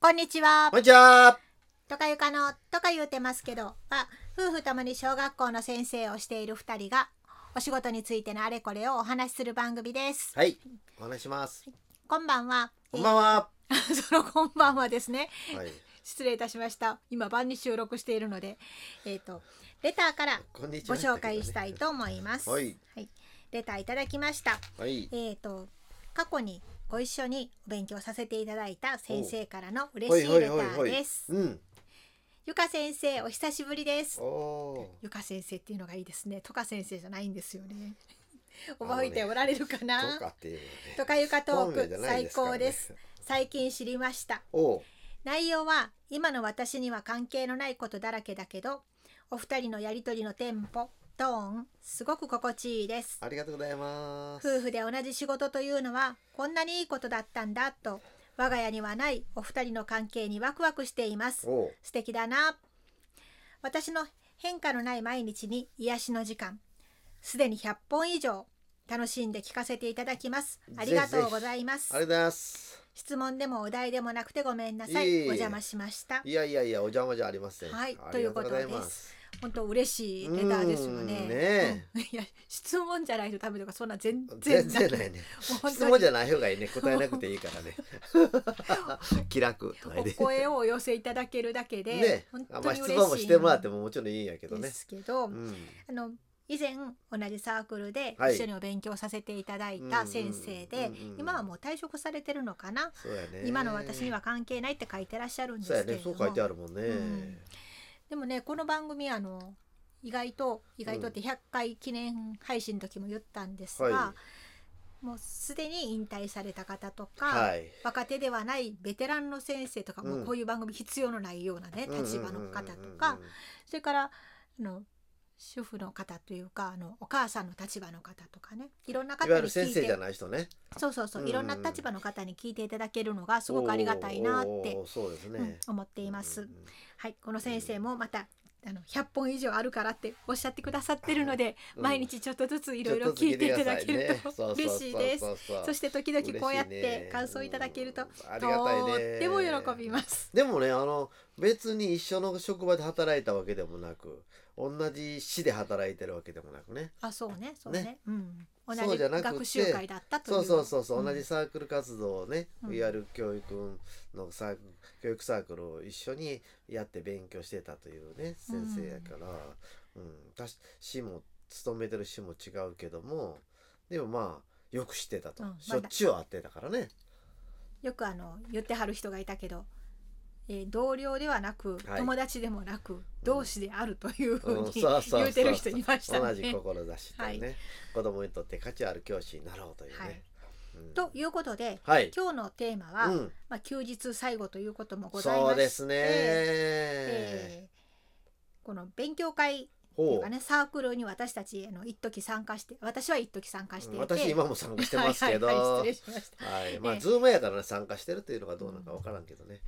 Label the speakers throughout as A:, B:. A: こんにちは
B: こん。にちは。
A: とかゆかのとか言うてますけど、は夫婦ともに小学校の先生をしている二人がお仕事についてのあれこれをお話しする番組です。
B: はい、お話しします。
A: こんばんは。
B: こんばんは。
A: え そのこんばんはですね。
B: はい、
A: 失礼いたしました。今晩に収録しているので、えっ、とレターから
B: こんにち
A: ご
B: は。
A: 紹介したい。と思います。
B: はい、
A: レターいただきました。
B: はい。
A: えっ、と過去にご一緒にお勉強させていただいた先生からの嬉
B: ほ
A: し
B: い
A: い
B: ほ
A: レ
B: い
A: タ
B: ほい
A: ー
B: ほい
A: です。
B: うん。
A: ゆか先生お久しぶりです
B: お。お
A: ゆか先生っていうのがいいですね。とか先生じゃないんですよ ね。
B: あのね
A: 覚えておられるか
B: ー。
A: な。
B: とかっていうね。
A: とかゆかト
B: 本名
A: ー
B: じゃ
A: ク
B: ない
A: 最
B: ですから
A: 高
B: ね
A: です。。最近知りました。
B: おお。
A: 内容は今の私には関係のないことだらけだけど、お二人のやりとりのテンポ、トーン、すごく心地いいです。
B: ありがとうございます。
A: 夫婦で同じ仕事というのはこんなにいいことだったんだと、我が家にはないお二人の関係にワクワクしています。
B: おお。
A: 素敵だな私の変化のない毎日に癒しの時間すでに100本以上楽しんで聞かせていただきますありがとうございます
B: ありがとうございます。
A: 質問でもお題でもなくてごめんなさい
B: いえいえ
A: お邪魔しました
B: いやいやいや、お邪魔じゃありません。
A: はい
B: ありがござ
A: ということ
B: ます
A: で。本当嬉しいレターですよね
B: うーんね
A: うんいや質問じゃないとダメとかそんな全然
B: 全然ない
A: も
B: ね。
A: う本
B: 質問じ
A: 当
B: ゃない方がいいね。答えなくていいからね。 気楽。
A: にお声をお寄せいただけるだけで、
B: ね
A: 本、当
B: あ
A: に
B: まあ
A: 嬉しい
B: 質問もしてもらってももちろんいいんやけど
A: で
B: ね。
A: すけど、
B: うん。
A: あの以前同じサークルで
B: はい
A: 一緒にお勉強させていただいた先生で、
B: うんうんうんうん
A: 今はもう退職されてるのかな、
B: そうやね。
A: 今の私には関係ないって書いてらっしゃるんで
B: そうや
A: すけ
B: ね
A: れ、ど
B: そう
A: も、
B: 書いてあるもんね。
A: うんでもねこの番組あの意外と意外とって100回記念配信の時も言ったんですが、
B: は
A: もうすでに引退された方と
B: い。
A: か、
B: はい。
A: 若手ではないベテランの先生とか、もううんこういう番組必要のないようなね立場の方とか、
B: うんうんうんうん
A: それからあの主婦の方というかあのお母さんの立場の方とかねいろんな方
B: いわゆ
A: に
B: る
A: 聞
B: 先
A: い
B: 生じゃ
A: て
B: ない人ね。
A: そうそうそう、
B: うんうん
A: いろんな立場の方に聞いていただけるのがすごくありがたいなって
B: おーおーおーそうです
A: うん
B: ね。
A: 思っています、
B: うんうんうん
A: はいこの先生もまたあの100本以上あるからっておっしゃってくださってるので、
B: うん
A: 毎日ちょっとずついろいろ聞いていただけると 嬉しいです。
B: そうそうそうそう。
A: そして時々こうやって感想いただけると、とっても喜びますす。
B: でもね、あの別に一緒の職場で働いたわけでもなく、同じ市で働いてるわけでもなくね。
A: あ、そうね、そうね、
B: ね
A: うん、同
B: そう
A: じ
B: じゃなくて
A: 学習会だったという。
B: そうそうそうそう、
A: ん
B: 同じサークル活動をね、
A: うん
B: いわゆる教育のサーク教育サークルを一緒にやって勉強してたというね先生やから、うんたし市も勤めてる市も違うけどもでもまあよく知ってたと、
A: うんまだ
B: しょっちゅう会ってたからね
A: よくあの言ってはる人がいたけど、えー同僚ではなく、
B: はい
A: 友達でもなく同志であるというふう
B: うん
A: に
B: そうそうそう
A: 言うてる人いました
B: 同じ
A: ね。
B: 志というね、子供にとって価値ある教師になろうというね。
A: はい
B: うん
A: ということで
B: はい、
A: 今日のテーマは、
B: うん、
A: まあ、休日最後ということもございまし
B: そ
A: て
B: うですね、
A: えーこの勉強会とい
B: ほ
A: うかねサークルに私たちあの一時参加して私は一時参加していて、
B: 私今も参加してますけど、
A: はいはいはい、失礼しました。
B: はい、ま
A: え
B: あ、
A: え
B: ズームやからね、参加してるというのがどうなのかわからんけどね。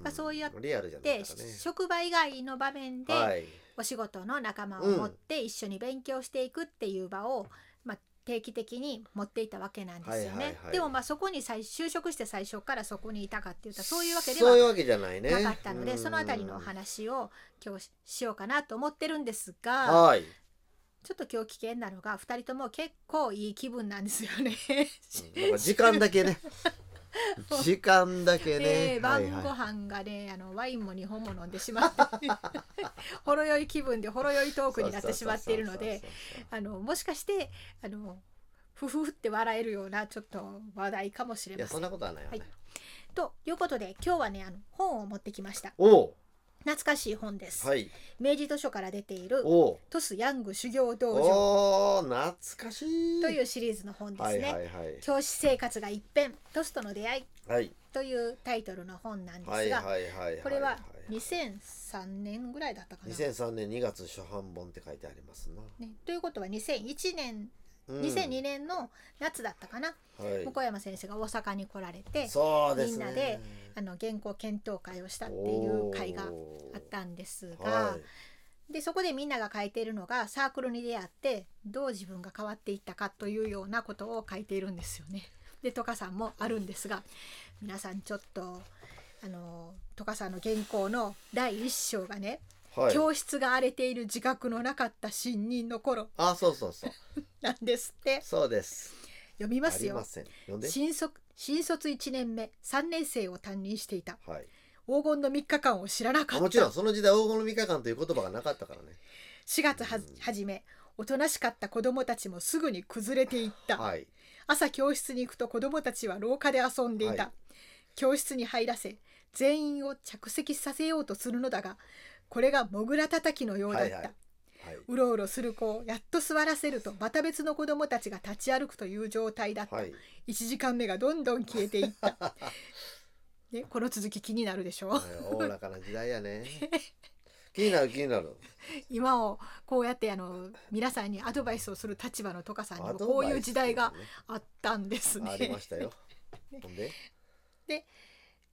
A: まあそうやって
B: リアルじゃない
A: で
B: からね。
A: 職場以外の場面で、
B: はい、
A: お仕事の仲間を持って一緒に勉強していくっていう場を、まあ、定期的に持っていたわけなんですよね。
B: はいはいはい
A: でもまあそこに最就職して最初からそこにいたかっていうとそういうわけで
B: そうい
A: は
B: うわけじゃないね。
A: なかったので、
B: うん
A: そのあたりのお話を今日ししようかなと思ってるんですが
B: はい、
A: ちょっと今日危険なのが2人とも結構いい気分なんですよね。
B: うんなんか 時間だけね。時間だけね。
A: で
B: はい
A: 晩ご
B: は
A: 飯がねあのワインも2本も飲んでしまって ほろ酔い気分でほろ酔いトークになってしまっているので
B: そうそうそう
A: あのもしかしてあのふふふって笑えるようなちょっと話題かもし
B: そう。
A: れ
B: いや、
A: ませ
B: そ
A: ん。
B: んなことはないよね。
A: はいということで今日はねあの本を持ってきました
B: おう、
A: 懐かしい本です、
B: はい、
A: 明治図書から出ている
B: おう、
A: 「トス・ヤング修行道場
B: おー、懐かし」い。
A: というシリーズの本ですね。
B: はいはいはい。
A: 教師生活が一変トスとの出会い
B: はい、
A: というタイトルの本なんですが、
B: はいはいはいい。
A: これは2003年ぐらいだったかな。
B: 2003年2月初版本って書いてありますな。
A: ね、ということは2001年、
B: うん
A: 2002年の夏だったかな、
B: はい
A: 向山先生が大阪に来られて
B: そうです
A: み
B: ね
A: んなであの原稿検討会をしたっていう会があったんですが、でそこでみんなが書いているのがサークルに出会ってどう自分が変わっていったかというようなことを書いているんですよね。でトカさんもあるんですが皆さんちょっとあの戸笠の原稿の第一章がね、
B: はい。
A: 教室が荒れている自覚のなかった新任の頃
B: あ、そうそうそう。
A: なんですって
B: そうです。
A: 読みます
B: あり
A: よ
B: ません。読んで。
A: 新卒新卒1年目3年生を担任していた
B: はい。
A: 黄金の3日間を知らなか
B: あ
A: っ
B: もち
A: た
B: ろんその時代黄金の三日間という言葉がなかったからね。
A: 4月は初めおとなしかった子供たちもすぐに崩れていった、
B: はい。
A: 朝教室に行くと子供たちは廊下で遊んでいた、
B: はい
A: 教室に入らせ全員を着席させようとするのだがこれがもぐらたたきのようだった、
B: はいはいはいう
A: ろうろする子をやっと座らせるとまた別の子供たちが立ち歩くという状態だった、
B: はい。
A: 1時間目がどんどん消えていった、 ね、この続き気になるでしょ
B: はいおおらかな時代 やね。気になる気になる。
A: 今をこうやってあの皆さんにアドバイスをする立場のトカさんにも
B: アド
A: こう
B: バイス
A: いう時代が
B: ね
A: あったんですね
B: ありました よ。ほんで、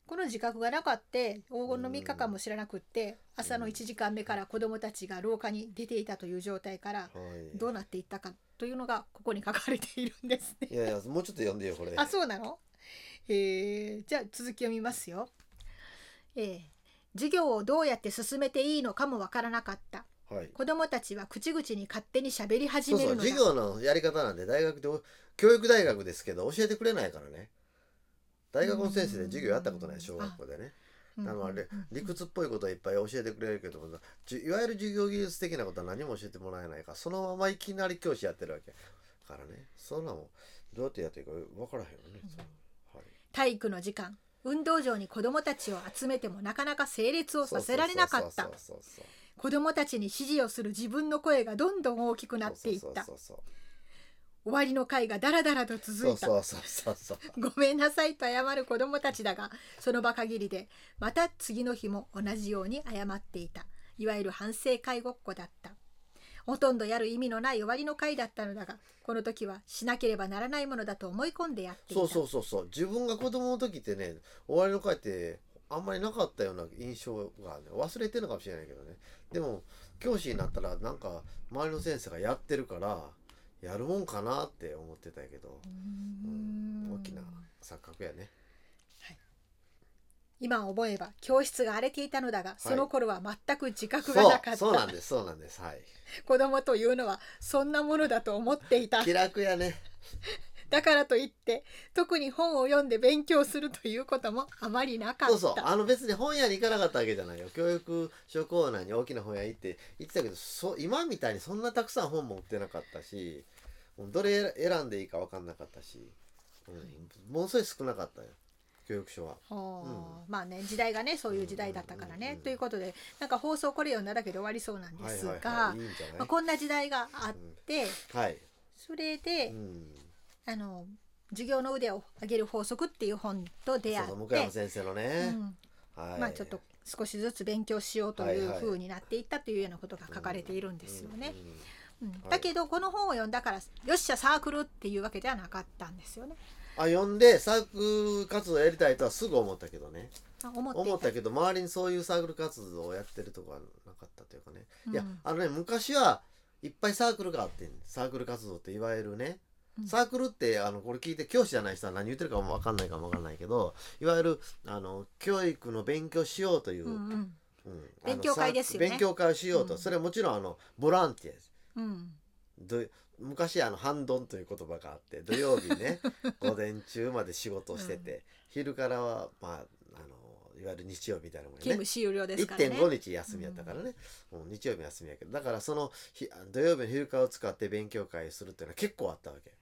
A: この自覚がなかって黄金の3日間も知らなくって朝の1時間目から子どもたちが廊下に出ていたという状態から
B: はい。
A: どうなっていったかというのがここに書かれているんですね。
B: いやいやもうちょっと読んでよこれ。
A: あそうなの、えーじゃあ続き読みますよ。えー授業をどうやって進めていいのかもわからなかった
B: はい。
A: 子どもたちは口々に勝手にしゃべり始
B: そう
A: め
B: そ
A: る
B: う
A: のだ
B: 授業のやり方なんで大学で教育大学ですけど教えてくれないからね。大学の先生で授業やったことない小学校でね。
A: う
B: あ
A: んうんうん
B: のあれ理屈っぽいことはいっぱい教えてくれるけどもじゅいわゆる授業技術的なことは何も教えてもらえないからそのままいきなり教師やってるわけからねそんなもんどうやってやっていいか分からへんよね、はい、
A: 体育の時間運動場に子どもたちを集めてもなかなか整列をさせられなかった。
B: そうそうそうそう
A: 子供たちに指示をする自分の声がどんどん大きくなっていった終
B: そうそう
A: わりの会がだらだらと続いた
B: そうそうそうそうそう
A: ごめんなさいと謝る子供たちだがその場限りでまた次の日も同じように謝っていたいわゆる反省会ごっこだったほとんどやる意味のない終わりの会だったのだがこの時はしなければならないものだと思い込んでやっていた
B: そうそうそうそう自分が子供の時ってね終わりの会ってあんまりなかったような印象が、ね、忘れてるのかもしれないけどねでも教師になったらなんか周りの先生がやってるからやるもんかなって思ってたけど
A: うー
B: うん
A: ん
B: 大きな錯覚やね
A: 今思えば教室が荒れていたのだが、その頃は全く自覚がな
B: そ
A: かっ
B: う
A: た
B: そうなんですそうなんですはい
A: 子供というのはそんなものだと思っていた
B: 気楽やね
A: だからといって特に本を読んで勉強するということもあまりなかった
B: そうそうあの別に本屋に行かなかったわけじゃないよ教育書コーナーに大きな本屋行って行ってたけどそう今みたいにそんなたくさん本も売ってなかったしどれ選んでいいか分かんなかったし、うん、ものすごい少なかったよ教育書は。
A: ほう
B: うん
A: まあね時代がねそういう時代だったからね、
B: うんうんうんうん
A: ということでなんか放送これ読んだだけで終わりそうなんで
B: はい
A: すが、
B: はいはい、いいんじゃな
A: まあ、
B: い、
A: こんな時代があって、
B: はい、
A: それで、
B: うん、
A: あの授業の腕を上げる法則っていう本と出
B: そ
A: 会
B: う
A: って
B: そう向山先生のね、
A: うん
B: はい、
A: まあちょっと少しずつ勉強しようという
B: はいはい
A: 風になっていったというようなことが書かれているんですよね。
B: うんうん
A: うん
B: い
A: だけどこの本を読んだからよっしゃサークルっていうわけではなかったんですよね。
B: あ読んでサークル活動やりたいとはすぐ思ったけどね
A: あ思っていた
B: 思ったけど周りにそういうサークル活動をやってるとこはなかったというかね、いや
A: うん
B: あのね昔はいっぱいサークルがあってんサークル活動っていわゆるね
A: うん
B: サークルってあのこれ聞いて教師じゃない人は何言ってるかも分かんないかも分かんないけどいわゆるあの教育の勉強しようとい
A: う
B: う、
A: んうん
B: うんあの
A: 勉強会ですよね
B: サー勉強会をしようと、
A: うん
B: それはもちろんあのボランティアです
A: うん
B: ど昔あの半ドンという言葉があって土曜日 ね午前中まで仕事をしてて、昼からはまああのいわゆる日曜日みたいなもん
A: 勤
B: ね
A: 務終了ですからね。
B: 1.5日休みやったからね、もう日曜日休みやけどだからその日土曜日の昼間を使って勉強会するっていうのは結構あったわけ、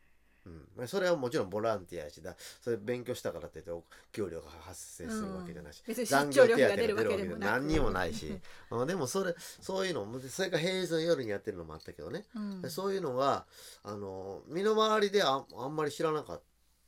B: うん、それはもちろんボランティアやしだそれ勉強したからって言って給料が発生するわけじゃないし、
A: うん別に
B: 残
A: 出
B: 業
A: 張料
B: 手当が
A: が
B: 出
A: 出
B: る
A: る
B: わ
A: わ
B: け
A: け
B: で
A: で
B: も
A: もなく
B: 何にもない しまあでもそれそういうのもそれから平日の夜にやってるのもあったけどね、
A: うん
B: でそういうのがあの身の回りでああんまり知らなかっ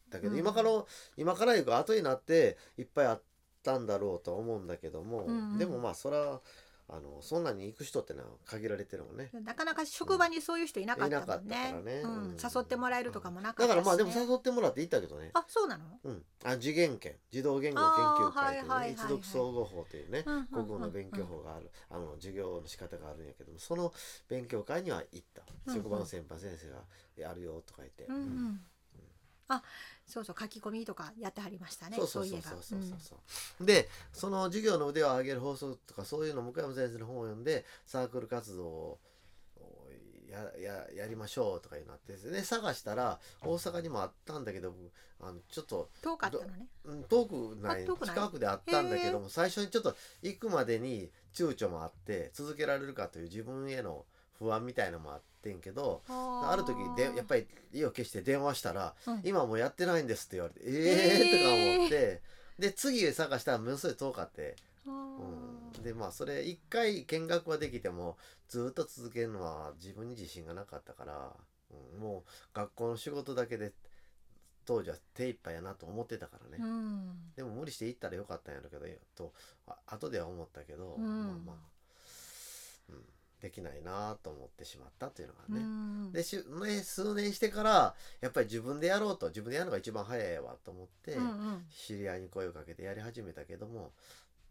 B: たけど、
A: うん
B: 今から今からいうか後になっていっぱいあったんだろうとは思うんだけども、
A: うんうん
B: でもまあそれはあのそんなに行く人ってのは限られてるもんね。
A: なかなか職場にそういう人いなかったもん
B: いなかった
A: ね
B: からね
A: う
B: うん
A: ん、誘ってもらえるとかもなか
B: だ
A: った
B: からまあでも
A: ね
B: 誘ってもらって行ったけどね。
A: あそうなの
B: うん、あ次元研児童言語研究会というね、
A: あーはいはいはいはい
B: 一読総合法というね、
A: うんうんうんうん
B: 国語の勉強法があるあの授業の仕方があるんやけどもその勉強会には行った、
A: うんうん
B: 職場の先輩先生が「やるよ」とか言って、
A: うんうんそうそう書き込みとかやってはりましたね。
B: そうそう
A: い
B: そう
A: えば
B: そうそうそうそう、でその授業の腕を上げる法則とかそういうの向山先生の本を読んでサークル活動をやややりましょうとかいうのあってですね探したら大阪にもあったんだけどあのちょっ
A: う
B: と、
A: ん遠かったのね。
B: うん、遠くない
A: あ遠くない
B: 近くであったんだけども最初にちょっと行くまでに躊躇もあって続けられるかという自分への不安みたいのもあってんけどある時でやっぱり意を決して電話したら
A: うん
B: 「今もうやってないんです」って言われて「ええー」とか思ってで次探したらものすごい遠かって、
A: り、
B: うん、でまあそれ一回見学はできてもずっと続けるのは自分に自信がなかったから、うん、もう学校の仕事だけで当時は手一杯やなと思ってたからね。
A: うん
B: でも無理して行ったらよかったんやろけどとあ後では思ったけど、
A: うん
B: まあまあ、うん、できないなと思ってしまったというの
A: う
B: がね。
A: ん
B: でしね数年してからやっぱり自分でやろうと自分でやるのが一番早いわと思って、
A: うんうん
B: 知り合いに声をかけてやり始めたけども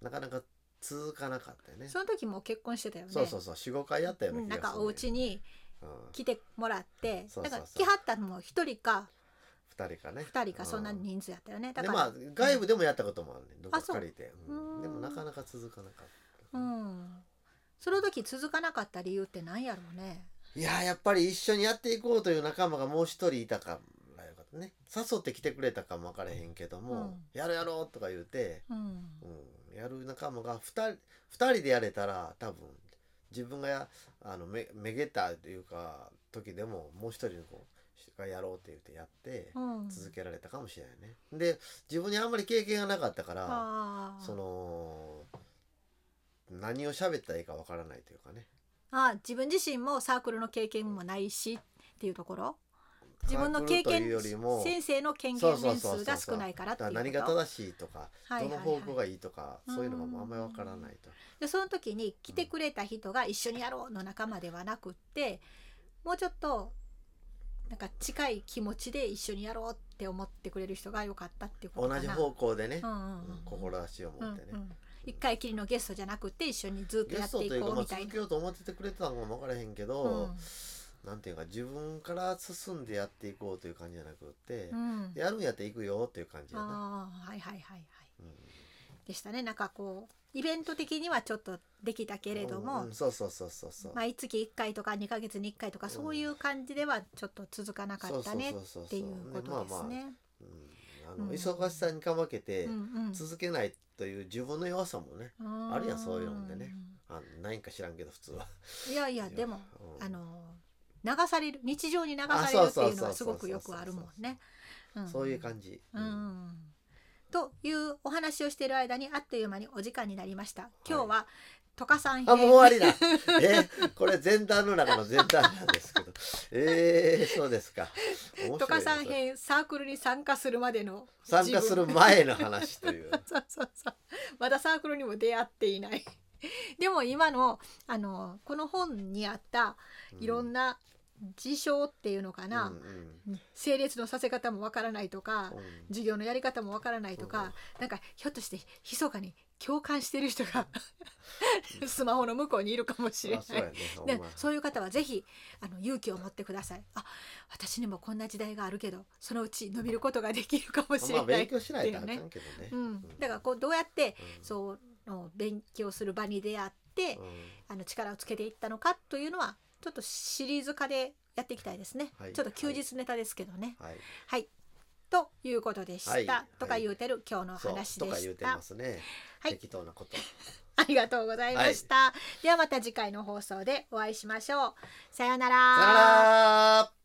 B: なかなか続かなかったよね。
A: その時もう結婚してたよね。
B: そうそうそう45回やったよう
A: う
B: な気
A: んな
B: が
A: ん
B: する、
A: かお家に
B: うん、
A: 来てもらって、
B: そう
A: だ
B: そうそう
A: から来はったのも一人か
B: 2人かね。
A: 二人かそんな
B: う
A: 人数やったよね。だ
B: で
A: から、
B: まあ外部でもやったこともあるねどこ
A: あそう
B: か借りて、うん
A: うん
B: でもなかなか続かなかった。
A: うん。その時続かなかった理由ってなんやろうね。
B: いやーやっぱり一緒にやっていこうという仲間がもう一人いたからよかったね誘ってきてくれたかも分からへんけども、やろうやろうとか言うて、
A: うん。
B: うん、やる仲間が2人二人でやれたら多分自分がやあのめめげたというか時でももう一人の子がやろうって言ってやって
A: うん。
B: 続けられたかもしれないね。で自分にあんまり経験がなかったから
A: ああ。
B: その何を喋ったらいいか分からないというかね。
A: あ自分自身もサークルの経験もないしっていうところ自分の経
B: サークルと
A: 験
B: いうよりも
A: 先生の権
B: そう
A: 限
B: そう
A: 年
B: そうそう
A: 数が少ないからってい
B: だ
A: う
B: ら何
A: こ
B: が
A: と
B: 正しいとか、
A: はいはいはい
B: どの方向がいいとか
A: うん
B: そういうのがもうあんまりわからないと
A: でその時に来てくれた人が「一緒にやろう」の仲間ではなくってもうちょっとなんか近い気持ちで一緒にやろうって思ってくれる人が良かったっていうことか
B: 同
A: な
B: じ方向でね
A: う、んうん
B: う
A: うんん、
B: 志を持ってね、
A: うんうん一回きりのゲストじゃなくて一緒にずっと
B: ゲ
A: や
B: ス
A: って
B: ト
A: い
B: という
A: こ
B: か、
A: う
B: まあ、
A: みたい
B: 続
A: な
B: け。ようと思っててくれてたのかも分からへんけ
A: う
B: ど、
A: ん
B: なんていうか自分から進んでやっていこうという感じじゃなくって、
A: うん
B: やるんやっていくよっていう感じやな、
A: ああはいはいはいはい。
B: うん
A: でしたねなんかこうイベント的にはちょっとできたけれども、
B: うんうんそうそうそうそうそう、
A: 毎月1回とか2ヶ月に1回とか、
B: うん
A: そういう感じではちょっと続かなかったね
B: そうそうそうそう
A: っていうことですね。
B: まあまあ、うんあの
A: うん
B: 忙しさにかまけて、
A: うん
B: 続けないという自分の弱さもね
A: うん
B: あるやんそういうのってね。あないんか知らんけど普通は。
A: いやいやでも、
B: うん
A: あの流される日常に流され
B: あ
A: るっ
B: そ
A: ていう
B: うそうそうそ
A: の
B: う
A: はすごくよくあるもんね。ん
B: そういう感じ。
A: うん
B: うん
A: というお話をしている間にあっという間にお時間になりました。今日はトカさん
B: あ、
A: 編
B: もう終わりだ。え、これ前段の中の前段なんですけど。えー、そうですか。面白いな
A: トカさん
B: それ
A: 編サークルに参加するまでの
B: 参加する前の話という。
A: そうそうそうまだサークルにも出会ってい ないでも今のあのこの本にあった いろん
B: な、
A: な事象っていうのかな、
B: うんうん
A: 整列のさせ方もわからないとか、
B: うん
A: 授業のやり方もわからないとか、なんかひょっとして密かに共感してる人が スマホの向こうにいるかもしれな
B: あそうやね
A: い。
B: ほん
A: で
B: ま
A: そういう方はぜひあの勇気を持ってください。あ私にもこんな時代があるけどそのうち伸びることができるかもしれ
B: まあ
A: ない
B: 勉強しないとあかんけどね。
A: うん、だからこうどうやってその勉強する場に出会って、
B: うん
A: あの力をつけていったのかというのはちょっとシリーズ化でやっていきたいですね、
B: はい
A: ちょっと休日ネタですけどね
B: はい。
A: はい、ということでした、
B: はいはい
A: とか言うてる今日のお
B: そう
A: 話
B: と
A: で
B: か言う
A: してた
B: ますね。
A: はい
B: 適当なこと。
A: ありがとうございました、ではまた次回の放送でお会いしましょうさよう
B: さよなら。